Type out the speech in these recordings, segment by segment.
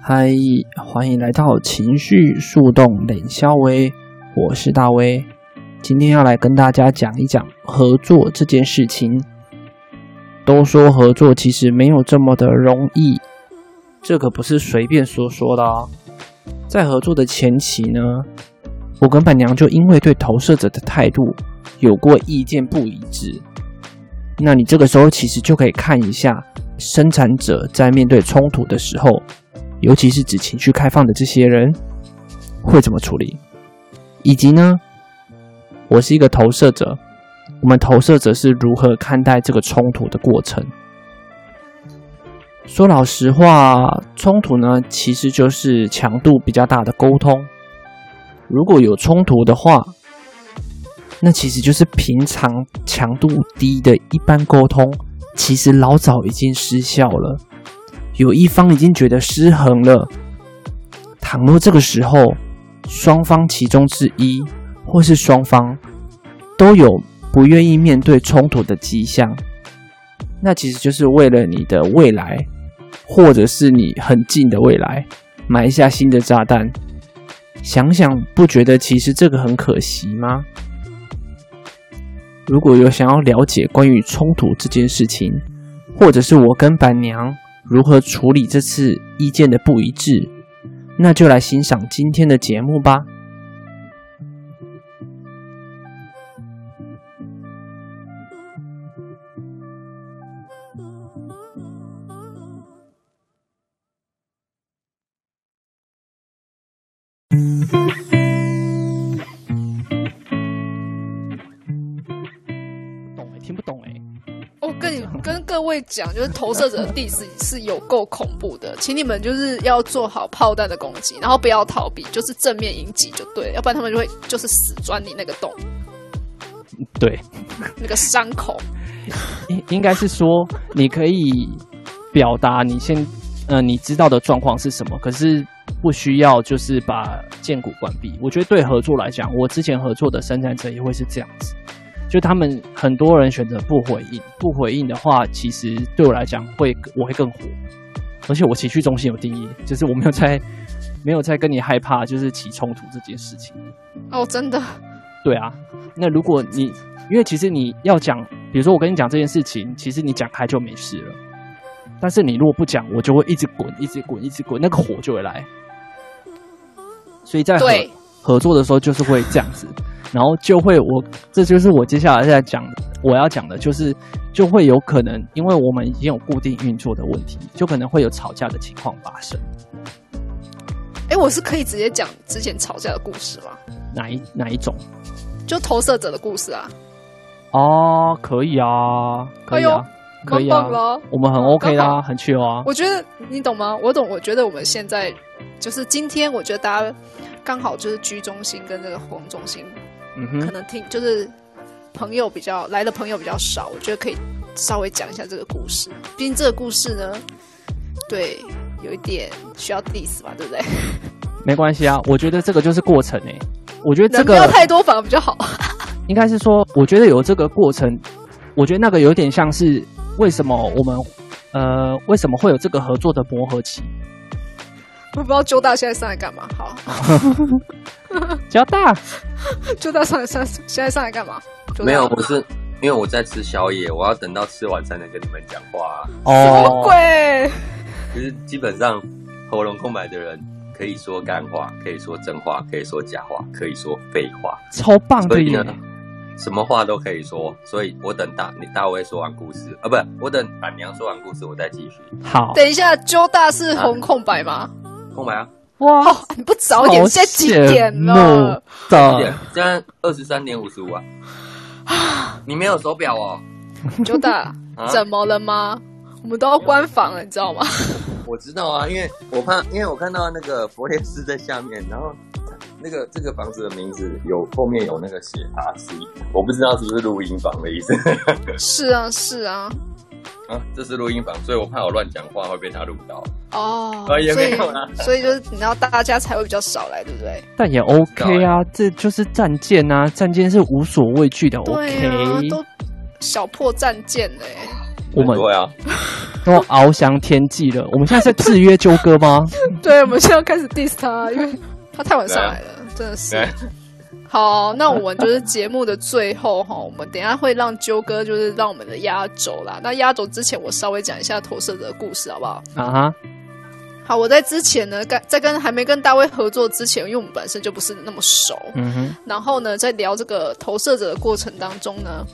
嗨，欢迎来到情绪速冻冷肖威，我是大威。今天要来跟大家讲一讲合作这件事情。都说合作其实没有这么的容易，这可不是随便说说的啊。在合作的前期呢，我跟板娘就因为对投射者的态度有过意见不一致。那你这个时候其实就可以看一下生产者在面对冲突的时候。尤其是指情绪开放的这些人会怎么处理，以及呢，我是一个投射者，我们投射者是如何看待这个冲突的过程？说老实话，冲突呢其实就是强度比较大的沟通。如果有冲突的话，那其实就是平常强度低的一般沟通，其实老早已经失效了。有一方已经觉得失衡了，倘若这个时候双方其中之一或是双方都有不愿意面对冲突的迹象，那其实就是为了你的未来，或者是你很近的未来埋下新的炸弹。想想不觉得其实这个很可惜吗？如果有想要了解关于冲突这件事情，或者是我跟板娘。如何处理这次意见的不一致？那就来欣赏今天的节目吧。懂哎、听不懂哎、我跟你嗯跟各位讲，就是投射者的 diss 是有够恐怖的，请你们就是要做好炮弹的攻击，然后不要逃避，就是正面迎击就对了，要不然他们就会就是死钻你那个洞、对，那个伤口。应应该是说，你可以表达你现呃你知道的状况是什么，可是不需要就是把剑骨关闭。我觉得对合作来讲，我之前合作的生产者也会是这样子，就他们很多人选择不回应，不回应的话，其实对我来讲会我会更火，而且我情绪中心有定义，就是我没有在没有在跟你害怕就是起冲突这件事情。哦，真的，对啊，那如果你因为其实你要讲，比如说我跟你讲这件事情，其实你讲开就没事了。但是你如果不讲，我就会一直滚，一直滚，一直滚，那个火就会来。所以在合对合作的时候，就是会这样子，然后就会我这就是我接下来在讲我要讲的，就是就会有可能，因为我们已经有固定运作的问题，就可能会有吵架的情况发生。哎，我是可以直接讲之前吵架的故事吗？哪一哪一种？就投射者的故事啊，哦，可以啊，可以哎啊，呦可以棒啊棒。了。我们很 OK 哦刚啦，很 chill 啊。我觉得你懂吗？我懂。我觉得我们现在就是今天，我觉得大家刚好就是居中心跟这个红中心嗯可哼，能听就是朋友比较来的朋友比较少，我觉得可以稍微讲一下这个故事。毕竟这个故事呢，对，有一点需要 diss 嘛，对不对？没关系啊。我觉得这个就是过程诶、我觉得这人不要个太多反而比较好。 应该是说，我觉得有这个过程，我觉得那个有点像是为什么我们呃为什么会有这个合作的磨合期。我不知道周大现在上来干嘛？好，交大，周大上来上现在上来干嘛？周大没有，我是因为我在吃宵夜，我要等到吃完才能跟你们讲话、啊。什么鬼？就是基本上喉咙空白的人，可以说干话，可以说真话，可以说假话，可以说废话，超棒所的以哦耶呢！什么话都可以说。所以我等大你大卫说完故事啊，不，我等板娘说完故事，我再继续。好，等一下，周大是红空白吗？空白啊，哇，哦，你不早点，现在几点了？几点的？？现在二十三点五十五啊。你没有手表哦？九大啊，怎么了吗？我们都要关房了，你知道吗？ 我知道啊，因为我怕，因为我看到那个佛列斯在下面，然后那个这个房子的名字有后面有那个写 RC，我不知道是不是录音房的意 思是啊，是啊，啊，这是录音房，所以我怕我乱讲话会被他录到。哦，啊也所以没有啦所以就是你知道大家才会比较少来，对不对？但也 OK 啊，这就是战舰啊，战舰是无所畏惧的。对啊， OK，都小破战舰欸嘞，我们对啊，都翱翔天际了。我们现在是在制约纠葛 吗？对，我们现在要开始 diss 他，因为他太晚上来了，真的是对。，好，那我们就是节目的最后哈，我们等一下会让纠哥就是让我们的压轴啦。那压轴之前，我稍微讲一下投射者的故事，好不好？啊哈，好，我在之前呢，跟在跟还没跟大卫合作之前，因为我们本身就不是那么熟，嗯哼，然后呢，在聊这个投射者的过程当中呢，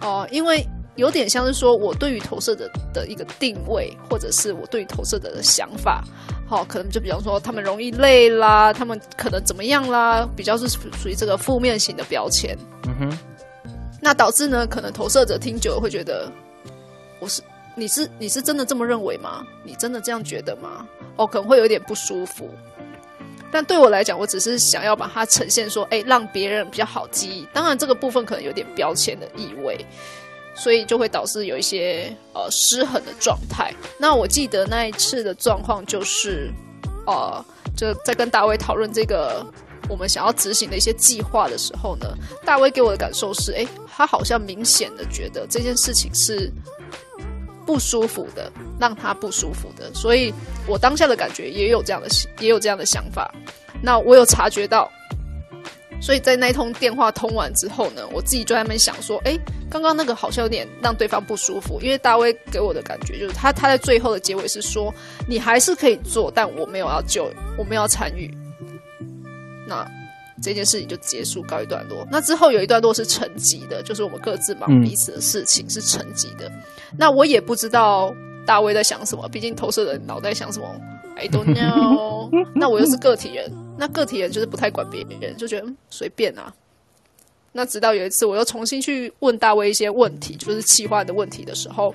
哦、因为有点像是说我对于投射者的一个定位，或者是我对于投射者的想法，好、可能就比方说他们容易累啦，他们可能怎么样啦，比较是属属于这个负面型的标签。嗯哼，那导致呢，可能投射者听久了会觉得，我是你是你是真的这么认为吗？你真的这样觉得吗？哦，可能会有点不舒服。但对我来讲，我只是想要把它呈现说，哎，让别人比较好记忆。当然，这个部分可能有点标签的意味，所以就会导致有一些呃失衡的状态。那我记得那一次的状况就是，呃，就在跟大卫讨论这个我们想要执行的一些计划的时候呢，大卫给我的感受是，诶，他好像明显的觉得这件事情是不舒服的，让他不舒服的，所以我当下的感觉也有这样的，也有这样的想法。那我有察觉到，所以在那一通电话通完之后呢，我自己就在那边想说，诶，刚刚那个好像有点让对方不舒服，因为大卫给我的感觉就是他他在最后的结尾是说，你还是可以做，但我没有要救，我没有要参与。那这件事情就结束告一段落。那之后有一段落是沉寂的，就是我们各自忙嗯彼此的事情、是沉寂的。那我也不知道大卫在想什么，毕竟投射人脑袋想什么，I don't know。那我又是个体人，那个体人就是不太管别人，就觉得嗯随便啊。那直到有一次，我又重新去问大卫一些问题，就是企划的问题的时候，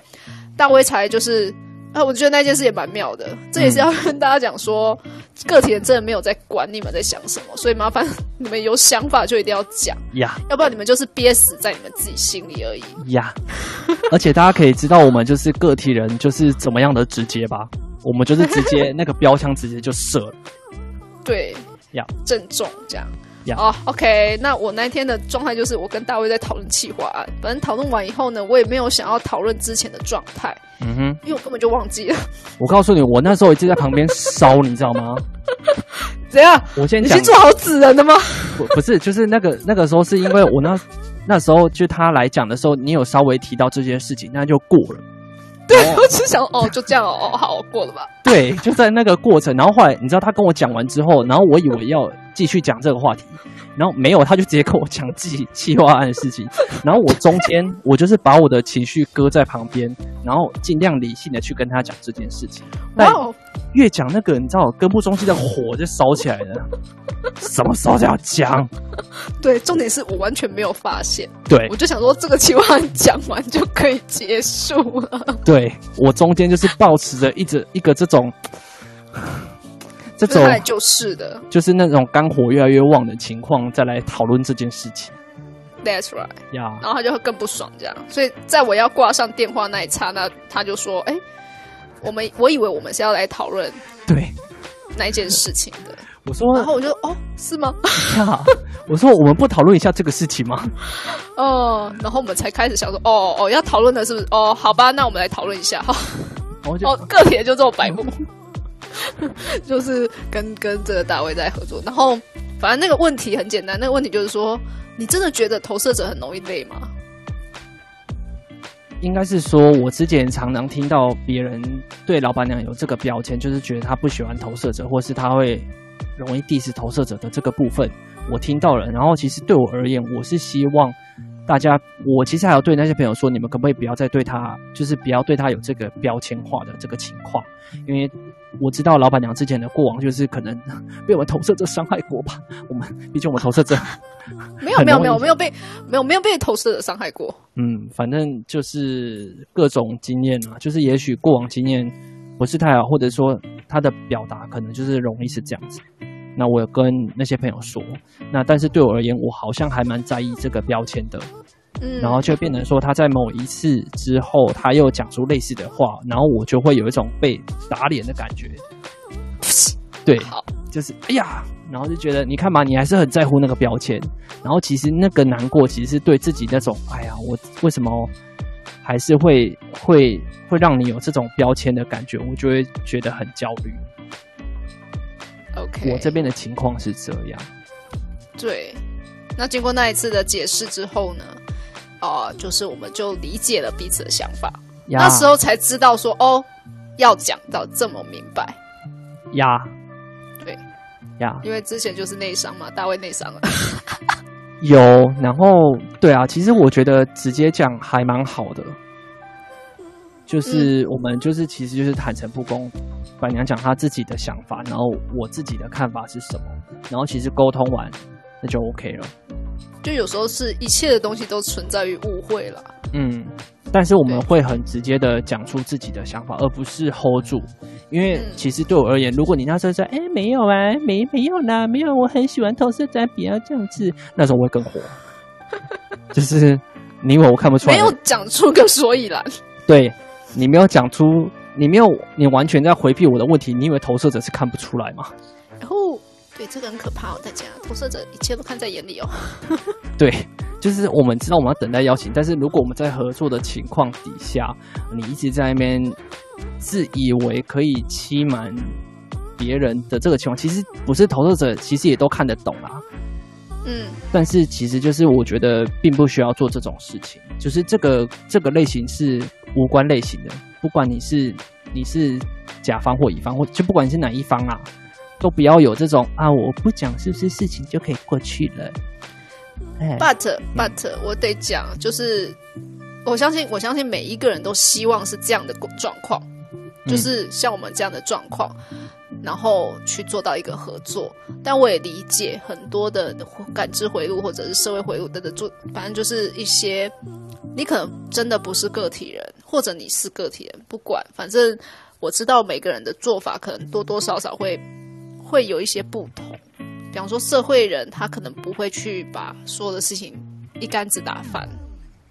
大卫才就是，啊，我觉得那件事也蛮妙的。这也是要跟大家讲说，个体人真的没有在管你们在想什么，所以麻烦你们有想法就一定要讲，呀要不然你们就是憋死在你们自己心里而已。呀， 而且大家可以知道我们就是个体人，就是怎么样的直接吧。我们就是直接那个标枪直接就射了。对，呀郑重这样。呀哦、o k 那我那天的状态就是我跟大卫在讨论企划案，反正讨论完以后呢，我也没有想要讨论之前的状态，嗯哼，因为我根本就忘记了。 我告诉你，我那时候一直在旁边烧，你知道吗？怎样？我先你已讲经，做好纸人了吗？不不是，就是那个那个时候是因为我那那时候就他来讲的时候，你有稍微提到这件事情，那就过了。我只想哦， 就这样哦，哦好过了吧？对，就在那个过程，然后后来你知道他跟我讲完之后，然后我以为要继续讲这个话题，然后没有，他就直接跟我讲自己企划案的事 情，然后我中间我就是把我的情绪搁在旁边，然后尽量理性的去跟他讲这件事情，哇但哦，越讲那个你知道根部中心的火就烧起来了， 什么时候就要讲？对，重点是我完全没有发现，对我就想说这个企划案讲完就可以结束 了。对，我中间就是保持着一直一个这种这本种来就是的就是那种肝火越来越旺的情况，再来讨论这件事情，That's right。呀。然后他就更不爽这样，所以在我要挂上电话那一刹那，他就说：“哎、我们我以为我们是要来讨论对，那一件事情的。”我说然后我就哦，是吗？ 呀，我说我们不讨论一下这个事情吗？哦，然后我们才开始想说，哦哦，要讨论的是不是？哦，好吧，那我们来讨论一下哈。 然后就、哦，个体就这种白目， 就是跟跟这个大卫在合作。然后，反正那个问题很简单，那个问题就是说，你真的觉得投射者很容易累吗？应该是说，我之前常常听到别人对老板娘有这个标签，就是觉得她不喜欢投射者，或是她会容易 diss 投射者的这个部分，我听到了。然后其实对我而言，我是希望大家，我其实还有对那些朋友说，你们可不可以不要再对他，就是不要对他有这个标签化的这个情况，因为我知道老板娘之前的过往就是可能 被我们投射者伤害过吧。我们毕竟我们投射者 没有很没有容易没有没有被没有没有被投射者伤害过，嗯，反正就是各种经验啊，就是也许过往经验不是太好，或者说他的表达可能就是容易是这样子。那我有跟那些朋友说，那但是对我而言，我好像还蛮在意这个标签的，嗯，然后就变成说他在某一次之后，他又讲出类似的话，然后我就会有一种被打脸的感觉。对，好，就是哎呀，然后就觉得你看嘛，你还是很在乎那个标签，然后其实那个难过，其实是对自己那种哎呀，我为什么还是会会会让你有这种标签的感觉，我就会觉得很焦虑。 OK，我这边的情况是这样，对，那经过那一次的解释之后呢，啊、就是我们就理解了彼此的想法，呀那时候才知道说哦，要讲到这么明白，呀对呀因为之前就是内伤嘛，大卫内伤了， 有，然后对啊，其实我觉得直接讲还蛮好的。嗯就是我们就是其实就是坦诚不公，板娘讲她自己的想法，然后我自己的看法是什么，然后其实沟通完那就 OK 了。就有时候是一切的东西都存在于误会了，嗯，但是我们会很直接的讲出自己的想法，而不是 hold 住。因为嗯其实对我而言，如果你那时候说“哎、没有啊，没没有啦，没有，我很喜欢投射展，不要这样子”，那时候我会更 火。就是你我我看不出来没的，有讲出个所以然，对你没有讲出，你没有，你完全在回避我的问题。你以为投射者是看不出来吗？ 然后。对，这个很可怕哦，大家投射者一切都看在眼里哦。对，就是我们知道我们要等待邀请，但是如果我们在合作的情况底下，你一直在那边自以为可以欺瞒别人的这个情况，其实不是投射者，其实也都看得懂啊啦。嗯，但是其实就是我觉得并不需要做这种事情，就是这个这个类型是无关类型的，不管你是你是甲方或乙方，或就不管你是哪一方啊，都不要有这种啊我不讲是不是事情就可以过去了。哎 But but 我得讲，就是我相信，我相信每一个人都希望是这样的状况，嗯就是像我们这样的状况，然后去做到一个合作。但我也理解很多的感知回路或者是社会回路等等，做反正就是一些你可能真的不是个体人，或者你是个体人，不管，反正我知道每个人的做法可能多多少少会会有一些不同。比方说社会人，他可能不会去把所有的事情一竿子打翻，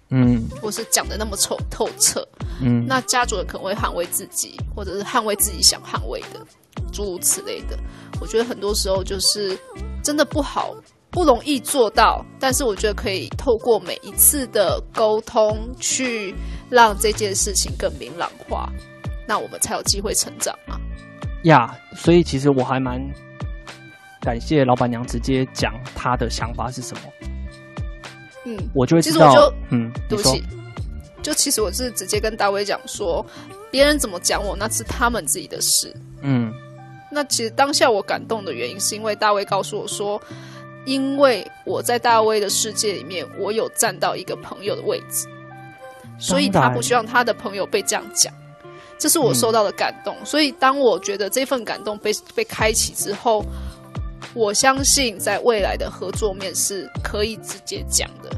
嗯或是讲的那么透透彻。嗯，那家主人可能会捍卫自己，或者是捍卫自己想捍卫的，诸如此类的。我觉得很多时候就是真的不好，不容易做到，但是我觉得可以透过每一次的沟通，去让这件事情更明朗化，那我们才有机会成长啊嘛。呀所以其实我还蛮感谢老板娘直接讲她的想法是什么，嗯，我就会其知实道。我就嗯，你对不说起，就其实我是直接跟大卫讲说，别人怎么讲我那是他们自己的事。嗯那其实当下我感动的原因，是因为大卫告诉我说，因为我在大卫的世界里面，我有站到一个朋友的位置，所以当他然不希望他的朋友被这样讲。这是我受到的感动，所以当我觉得这份感动被被开启之后，我相信在未来的合作面是可以直接讲的，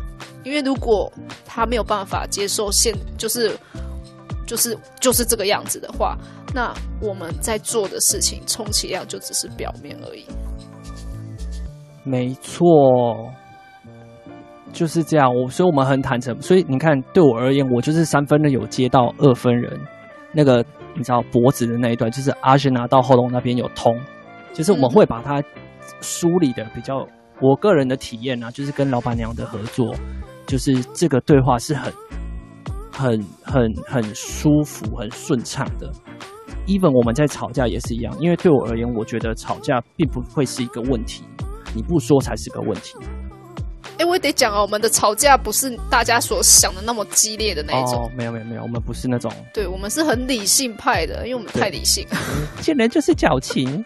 因为如果他没有办法接受现就是就是就是这个样子的话，那我们在做的事情充其量就只是表面而已。没错，就是这样。我所以我们很坦诚，所以你看，对我而言，我就是三分的有接到二分人，那个你知道脖子的那一段，就是阿轩拿到喉咙那边有通，就是我们嗯会把它梳理的比较。呃我个人的体验呢、啊，就是跟老板娘的合作，就是这个对话是很、很、很、很舒服、很顺畅的。even 我们在吵架也是一样，因为对我而言，我觉得吵架并不会是一个问题，你不说才是个问题。哎、哎，我也得讲哦，我们的吵架不是大家所想的那么激烈的那一种，哦，没有没有没有，我们不是那种，对我们是很理性派的，因为我们太理性， 见人就是矫情，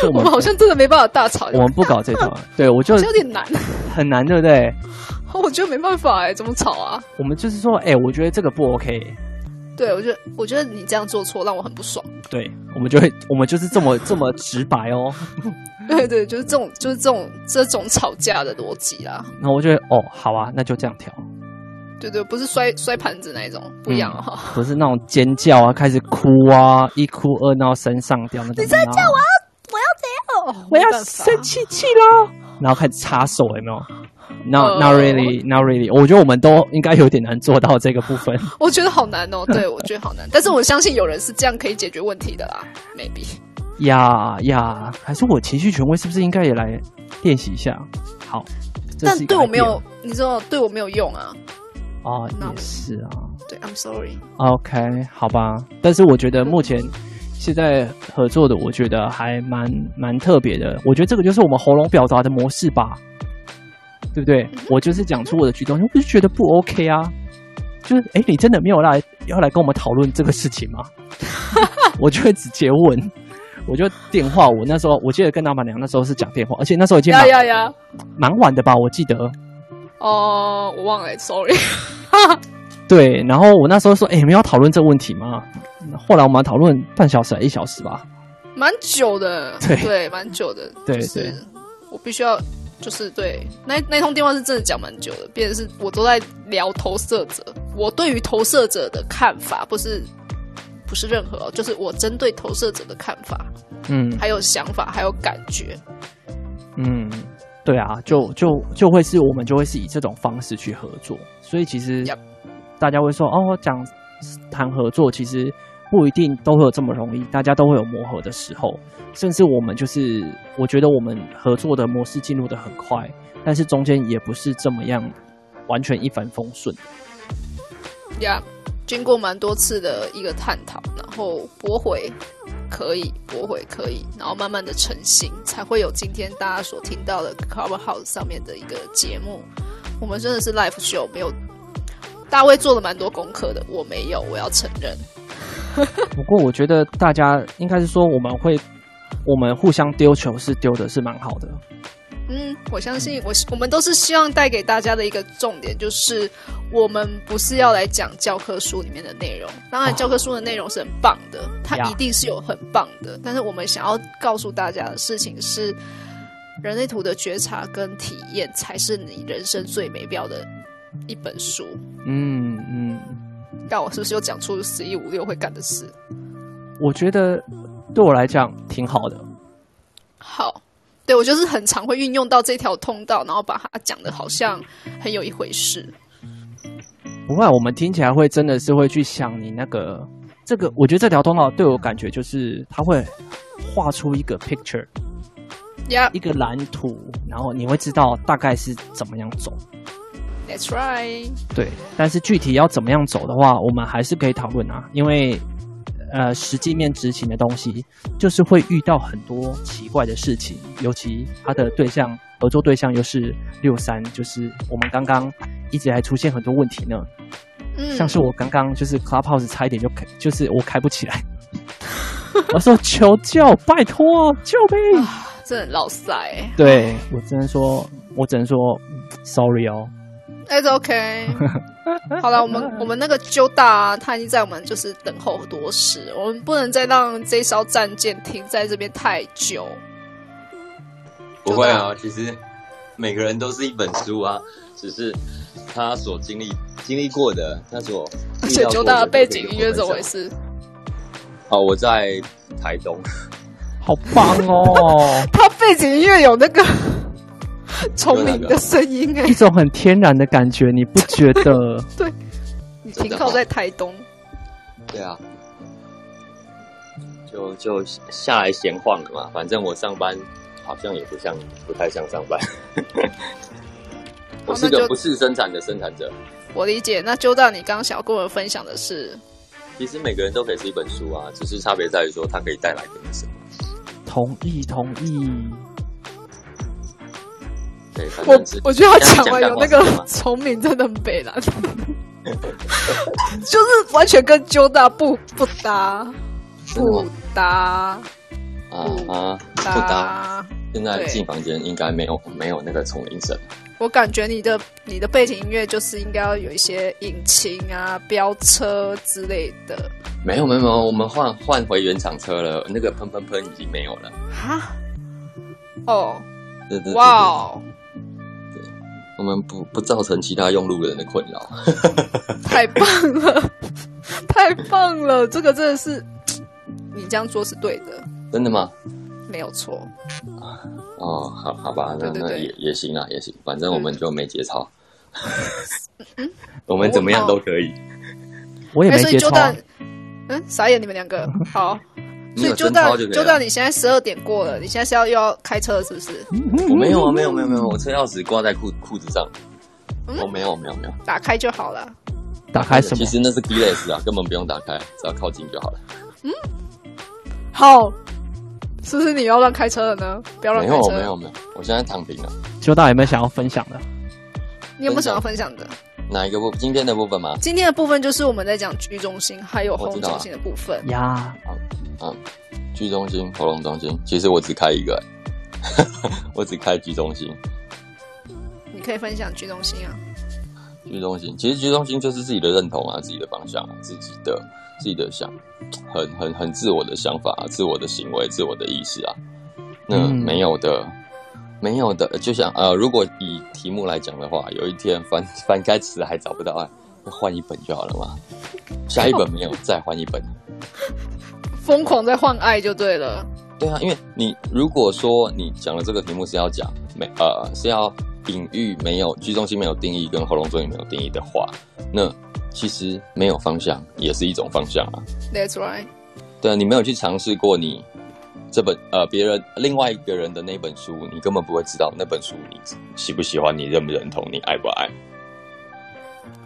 就我我们们好像真的没办法大吵，我们不搞这 套。对，我就好像有点难，很难，对不对？ 我觉得没办法哎，怎么吵啊？我们就是说，哎、我觉得这个不 OK，对我觉得，我觉得你这样做错让我很不 爽。对，我们就会，我们就是这么这么直白哦。对对，就是这种，就是这种这种吵架的逻辑啦。然后我就会，哦，好啊，那就这样调，对对，不是摔摔盘子那一种，不一样哈、哦。嗯不是那种尖叫啊，开始哭啊，一哭二闹三上吊那种。你在叫啊我，哦我要没办法生气气喽，然后开始插手，有没有？Not not 呃 really, not really。我觉得我们都应该有点难做到这个部分。我觉得好难哦。 对，我觉得好难，但是我相信有人是这样可以解决问题的啦。maybe 呀呀，还是我情绪权威是不是应该也来练习一下？好，这但是一个对我 idea 没有，你知道，对我没有用啊。哦，那我也是啊。对，I'm sorry。 OK，好吧，但是我觉得目前现在合作的，我觉得还蛮蛮特别的。我觉得这个就是我们喉咙表达的模式吧，对不对？我就是讲出我的举动，我就觉得不 OK 啊，就是哎，诶你真的没有来要来跟我们讨论这个事情吗？我就会直接问，我就电话。我那时候我记得跟老板娘那时候是讲电话，而且那时候已经蛮呀呀呀！蛮晚的吧，我记得。哦、我忘了、sorry。对，然后我那时候说，哎、你们要讨论这个问题吗？后来我们讨论半小时还一小时吧。蛮久的，对蛮久的， 对就是对我必须要。就是对那那通电话是真的讲蛮久的，变成是我都在聊投射者，我对于投射者的看法，不是不是任何哦，就是我针对投射者的看法，嗯还有想法，还有感觉。嗯，对啊，就就就会是我们就会是以这种方式去合作，所以其实 Yep 大家会说哦，讲谈合作其实不一定都会有这么容易，大家都会有磨合的时候，甚至我们就是我觉得我们合作的模式进入的很快，但是中间也不是这么样完全一帆风顺。呀、经过蛮多次的一个探讨，然后驳回可以，驳回可以，然后慢慢的成型，才会有今天大家所听到的 Clubhouse 上面的一个节目。我们真的是 live show，没有大卫做了蛮多功课的，我没有，我要承认。不过我觉得大家应该是说我们会，我们互相丢球是丢的是蛮好的。嗯，我相信我，我们都是希望带给大家的一个重点，就是我们不是要来讲教科书里面的内容。当然，哦教科书的内容是很棒的，它呀一定是有很棒的。但是我们想要告诉大家的事情是，人类图的觉察跟体验才是你人生最美妙的一本书。嗯嗯，让我是不是又讲出十一五六会干的事？我觉得对我来讲挺好的。好，对我就是很常会运用到这条通道，然后把它讲的好像很有一回事。不会啊，我们听起来会真的是会去想你那个这个，我觉得这条通道对我感觉就是它会画出一个 picture， Yeah, 一个蓝图，然后你会知道大概是怎么样走。 that's right. 对，但是具体要怎么样走的话，我们还是可以讨论啊，因为呃，实际面执行的东西，就是会遇到很多奇怪的事情，尤其他的对象合作对象又是六三，就是我们刚刚一直还出现很多问题呢，嗯，像是我刚刚就是 Clubhouse 差一点就开，就是我开不起来， 我说求救，拜托，救命！真的很老塞、欸、对我只能说，我只能说嗯，sorry 哦， ，It's OK 。好了，我们我们那个揪大、啊，他已经在我们就是等候多时，我们不能再让这艘战舰停在这边太久。 不会啊，其实每个人都是一本书啊，只是他所经历经历过的，他所而遇且到揪过大的的背景音乐怎怎么回？事？哦，我在台东，好棒 哦，他背景音乐有那个虫鸣的声 音哎、一种很天然的感觉，你不觉得？你停靠在台东，对啊，就就下来闲晃的嘛，反正我上班好像也不像不太像上班，我是哦那就个不是生产的生产者。我理解。那揪大，你刚刚想要跟我们分享的是，其实每个人都可以是一本书啊，只是差别在于说它可以带来给你什么。同意同意，对，反我正是我觉得他现在讲完干有话那是干个嘛崇明真的很北 蓝，就是完全跟揪大不不搭，真的不吗搭啊啊不搭。搭。现在嗯对进房间应该没有没有那个丛林声，我感觉你的你的背景音乐就是应该要有一些引擎啊、飙车之类的没有没有没有，我们换换回原厂车了，那个喷喷喷已经没有了。哈。哦，对对对哇哦，我们不不造成其他用路人的困扰。太棒了， 太棒了！这个真的是你这样做是对的，真的吗？没有错。哦，好好吧，那对对那对嗯也也行啊，也行，反正我们就没节操， 我们怎么样都可以。我也没哎所以节就操，到，嗯，傻眼你们两 个。好，你所以有就贞到操就可以就到了。你现在十二点过了，你现在是要又要开车了是不是？我没有啊，没有没有没有，我车钥匙挂在裤裤子上。哦嗯我没有没有没有，打开就好了。打开什其么？实那是 keyless 啊，根本不用打开，只要靠近就好了。好，是不是你要乱开车了呢？不要乱没开有车。没有没有，我现在躺平了。就到有没有想要分享的？你有没有想要分享的？哪一个部今天的部分吗？今天的部分就是我们在讲居中心还有我红知道啊中心的部分。呀，居中心、喉咙中心，其实我只开一个、欸 我只开居中心。你可以分享居中心啊。居中心，其实居中心就是自己的认同啊，自己的方向啊，自己的自己的想，很很很自我的想法、啊，自我的行为，自我的意识啊。那嗯没有的，没有的，就想呃，如果以题目来讲的话，有一天翻翻开词还找不到爱，那换一本就好了嘛。下一本没有，再换一本。啊疯狂在换爱就对了，对啊，因为你如果说你讲的这个题目是要讲没呃是要隐喻没有居中心没有定义跟喉咙中心没有定义的话，那其实没有方向也是一种方向啊。 ，That's right。对啊，你没有去尝试过你这本呃别人另外一个人的那本书，你根本不会知道那本书你喜不喜欢，你认不认同，你爱不爱。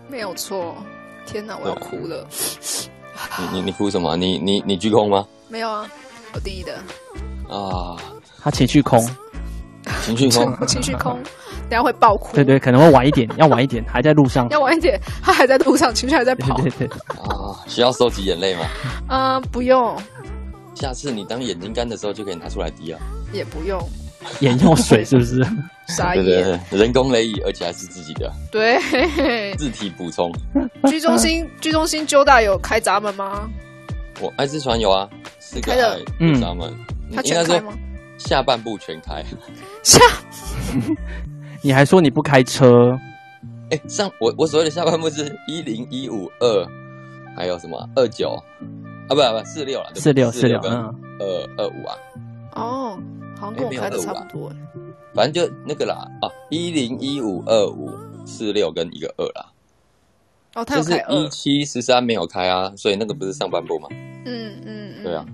没有错。天哪，我要对啊哭了。你你你哭什么？你你你鞠躬吗？没有啊，有定义的，啊，他情绪嗯空，情绪空。情绪 空，等一下会爆哭。对对，可能会晚一 点，要晚一点，还在路上。要晚一点，他还在路上，情绪还在对跑。对对，啊，需要收集眼泪吗？啊、不用，下次你当眼睛干的时候就可以拿出来滴啊。也不用，眼药水是不是？傻对眼。对对，人工雷雨，而且还是自己的对， 嘿嘿字体补充。 居中心，居中心揪大有开闸门吗？我爱之船有啊，四个开了爱嗯不闸门，他应该全开说吗？下半部全开。 下 你还说你不开车，哎、上我我所谓的下半部是一零一五二，还有什么二九啊？不不四六了，四六四四六六，跟二嗯，二五啊，哦，好像跟我开的差不多。反正就那个啦啊，一零一五二五四六跟一个二啦，哦，他就有是开二一，七十三没有开啊，所以那个不是上半部吗？嗯嗯嗯，对啊，，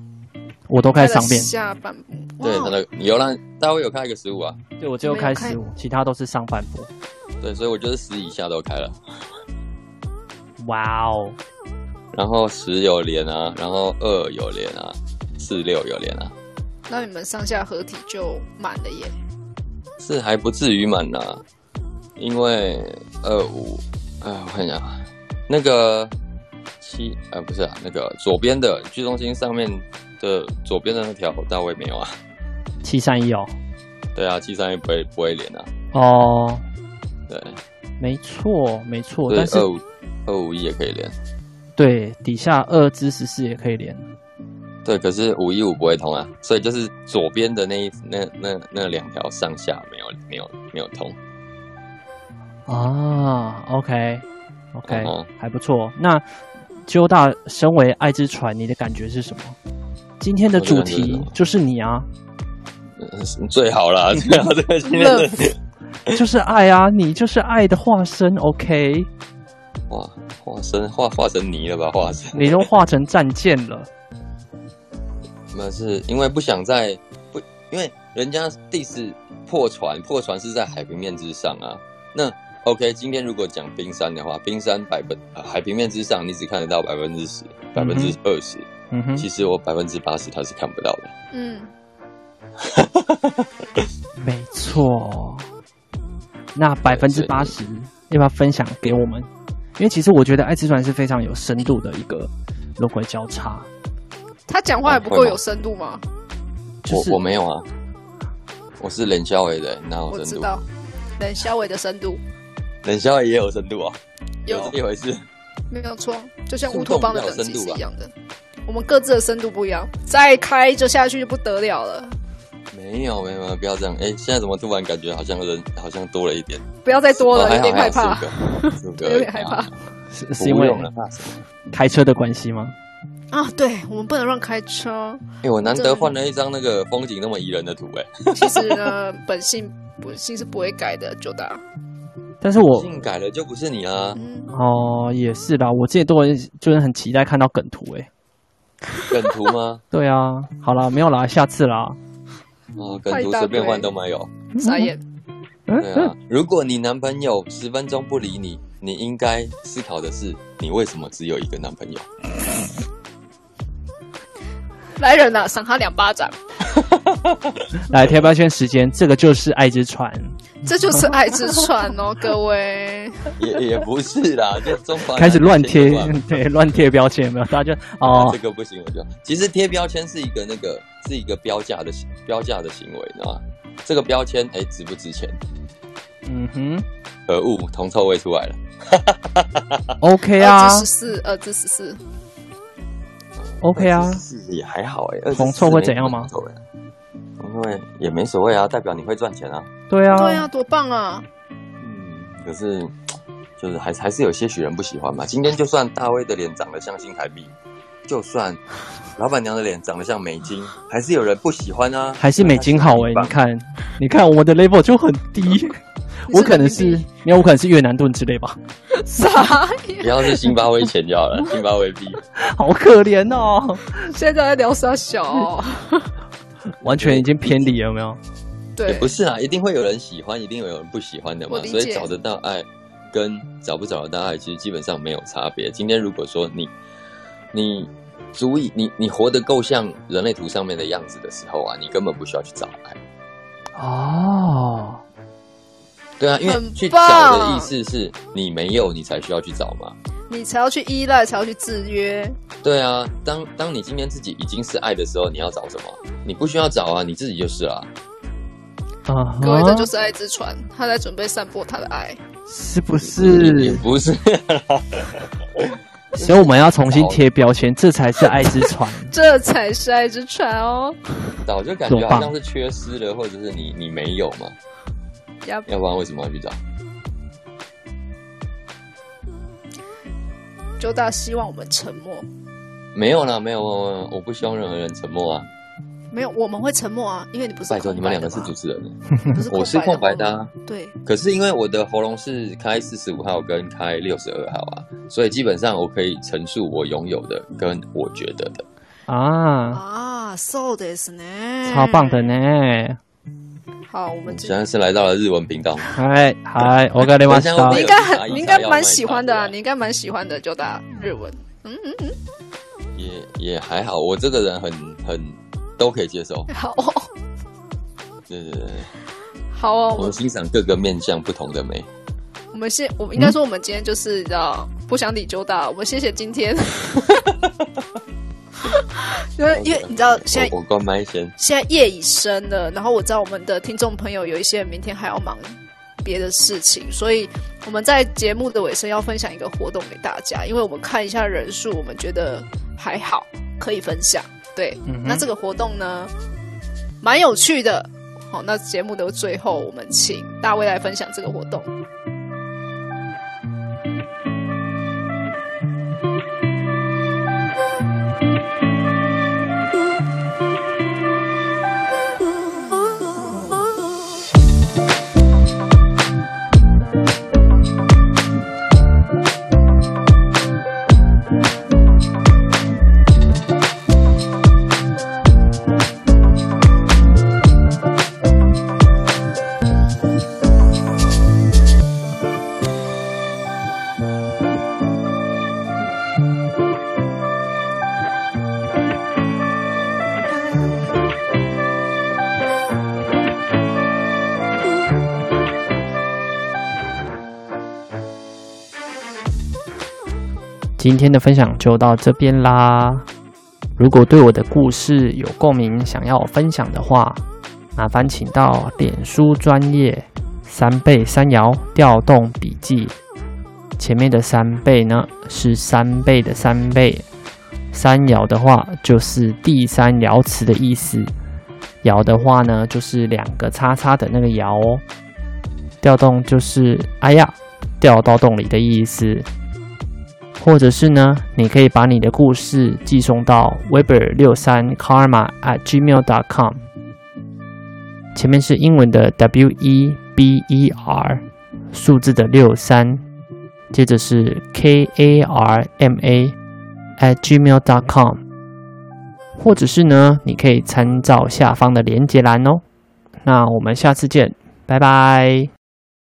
我都开开上面，下半部，哇哦对，他那个有啦，大卫有开一个十五啊，对我只有开十五，其他都是上半部。对，所以我就是十以下都开了。哇哦，然后十有连啊，然后二有连啊，四六有连啊，那你们上下合体就满了耶。四还不至于满啊，因为二五，哎，我看一下，那个七，呃，不是啊，那个左边的居中心上面的左边的那条大卫没有啊，七三一哦，对啊，七三一不会不会连啊，哦，对，没错没错，所以但是二五二五一也可以连，对底下二至十四也可以连，对，可是五一五不会通啊，所以就是左边的那一那那那两条上下没有没有没有通，啊，OK OK，、嗯还不错。那鸠大身为爱之船，你的感觉是什么？今天的主题就是你啊，嗯 最好 啦，最好这个今天的就是爱啊，你就是爱的化身。OK，哇，化身化化成泥了吧？化身，你都化成战舰了。那是因为不想在不，因为人家 diss 破船，破船是在海平面之上啊。那 OK，今天如果讲冰山的话，冰山百分、呃海平面之上，你只看得到百分之十、百分之二十，嗯哼，其实我百分之八十它是看不到的。嗯，没错，那百分之八十要不要分享给我们？因为其实我觉得爱之船是非常有深度的一个轮回交叉，他讲话也不够有深度吗？就是我我没有啊，我是冷笑伟的，哪我有知哦深度？道，冷小伟的深度冷笑伟也有深度啊，有这一回事。没有错，就像树乌托邦的洞比较有等级深是度啊吧一样的，我们各自的深度不一样，再开就下去就不得了了。没有没有没有，不要这样。哎，现在怎么突然感觉好像人好像多了一点？不要再多哦了，还有好点害怕，还好四 个哎有点害怕。啊是不是因为用了怕什么开车的关系吗？啊！对我们不能乱开车。哎，我难得换了一张那个风景那么宜人的图，哎，其实呢，本性本性是不会改的，九大。但是我性改了就不是你啊，嗯， 哦也是啦，我自己都很就是很期待看到梗图诶、哎梗图吗？对啊，好啦，没有啦，下次 啦。哦，梗图随便换都没有。傻眼。嗯对啊，如果你男朋友十分钟不理你，你应该思考的是，你为什么只有一个男朋友？来人呐、赏他两巴掌，来贴标签时间，这个就是爱之船。 这就是爱之船 哦，各位。也也不是啦，就中华开始乱贴男女，对， 乱贴标签有没有？大家就啊哦这，个不行，我就其实贴标签是一个那个是一个标价的行标价的行为，你知道吗？这个标签哎、值不值钱？嗯哼可恶，铜臭味出来了。 ，OK 啊哎二至十四，二至十四， ，OK 啊，是也还好哎、铜臭会怎样吗24没什么啊铜臭味，因为也没所谓啊，代表你会赚钱啊。对啊，对啊，多棒啊！嗯，可是就是还还是有些许人不喜欢嘛。今天就算大卫的脸长得像新台币，就算老板娘的脸长得像美金，还是有人不喜欢啊。还是美金好诶、因为你看，你看我的 level 就很 低，我可能是，没有，我可能是越南盾之类吧，傻它眼。不要是辛巴威钱就好了，辛巴威币 好可怜哦，现在在聊傻小哦、完全已经偏离了有没有？也 对不，是啊，一定会有人喜欢，一定会有人不喜欢的我嘛。理所以解找得到爱跟找不找得到爱，其实基本上没有差别。今天如果说你你足以你你活得够像人类图上面的样子的时候啊，你根本不需要去找爱。哦，对啊，因为很去找棒的意思是你没有，你才需要去找嘛。你才要去依赖，才要去制约。对啊，当当你今天自己已经是爱的时候，你要找什么？你不需要找啊，你自己就是啦、啊哈，各位，这就是爱之船，他在准备散播他的爱。是不也是？不是， 所以我们要重新贴标签，这才是爱之船。这才是爱之船哦。找就感怎觉么办好像是缺失了，或者是你你没有嘛，呀，要不然为什么要去找？九大希望我们沉默，没有啦，没有，我不希望任何人沉默啊！没有，我们会沉默啊，因为你不是拜托，你们两个是主主，持人，不是我是空白的、吗啊。对，可是因为我的喉咙是开四十五号跟开六十二号啊，所以基本上我可以陈述我拥有的跟我觉得的。啊，啊，so this 呢，超棒的。呢！好，我们嗯就现在是来到了日文频道，嗨嗨，我跟你们等一下说我你们应该有很，啥你应该要卖蛮啥喜欢的啊，对啊你应该蛮喜欢的，就打日文。也也还好，我这个人很很都可以接受。好哦，对对对，好哦，我我们欣赏各个面向不同的美。我们先，我们应该说我们今天就是你知道不想理九大，我们谢谢今 天。 因为因为你知道现在我我关麦先，现在夜已深了，然后我知道我们的听众朋友有一些人明天还要忙别的事情，所以我们在节目的尾声要分享一个活动给大家，因为我们看一下人数，我们觉得还好，可以分享。对，嗯哼那这个活动呢，蛮有趣的。好，那节目的最后，我们请大卫来分享这个活动。今天的分享就到这边啦。如果对我的故事有共鸣，想要我分享的话，麻烦请到脸书专业三倍三摇调动笔记。前面的三倍呢是三倍的三倍，三爻的话就是第三爻辞的意思，爻的话呢就是两个叉叉的那个爻哦。调动就是哎呀掉到洞里的意思，或者是呢，你可以把你的故事寄送到 weber 六三 karma at gmail dot com，前面是英文的 w e b e r，数字的六三。接着是 k a r m a at gmail dot com，或者是呢，你可以参照下方的连接栏哦。那我们下次见，拜拜。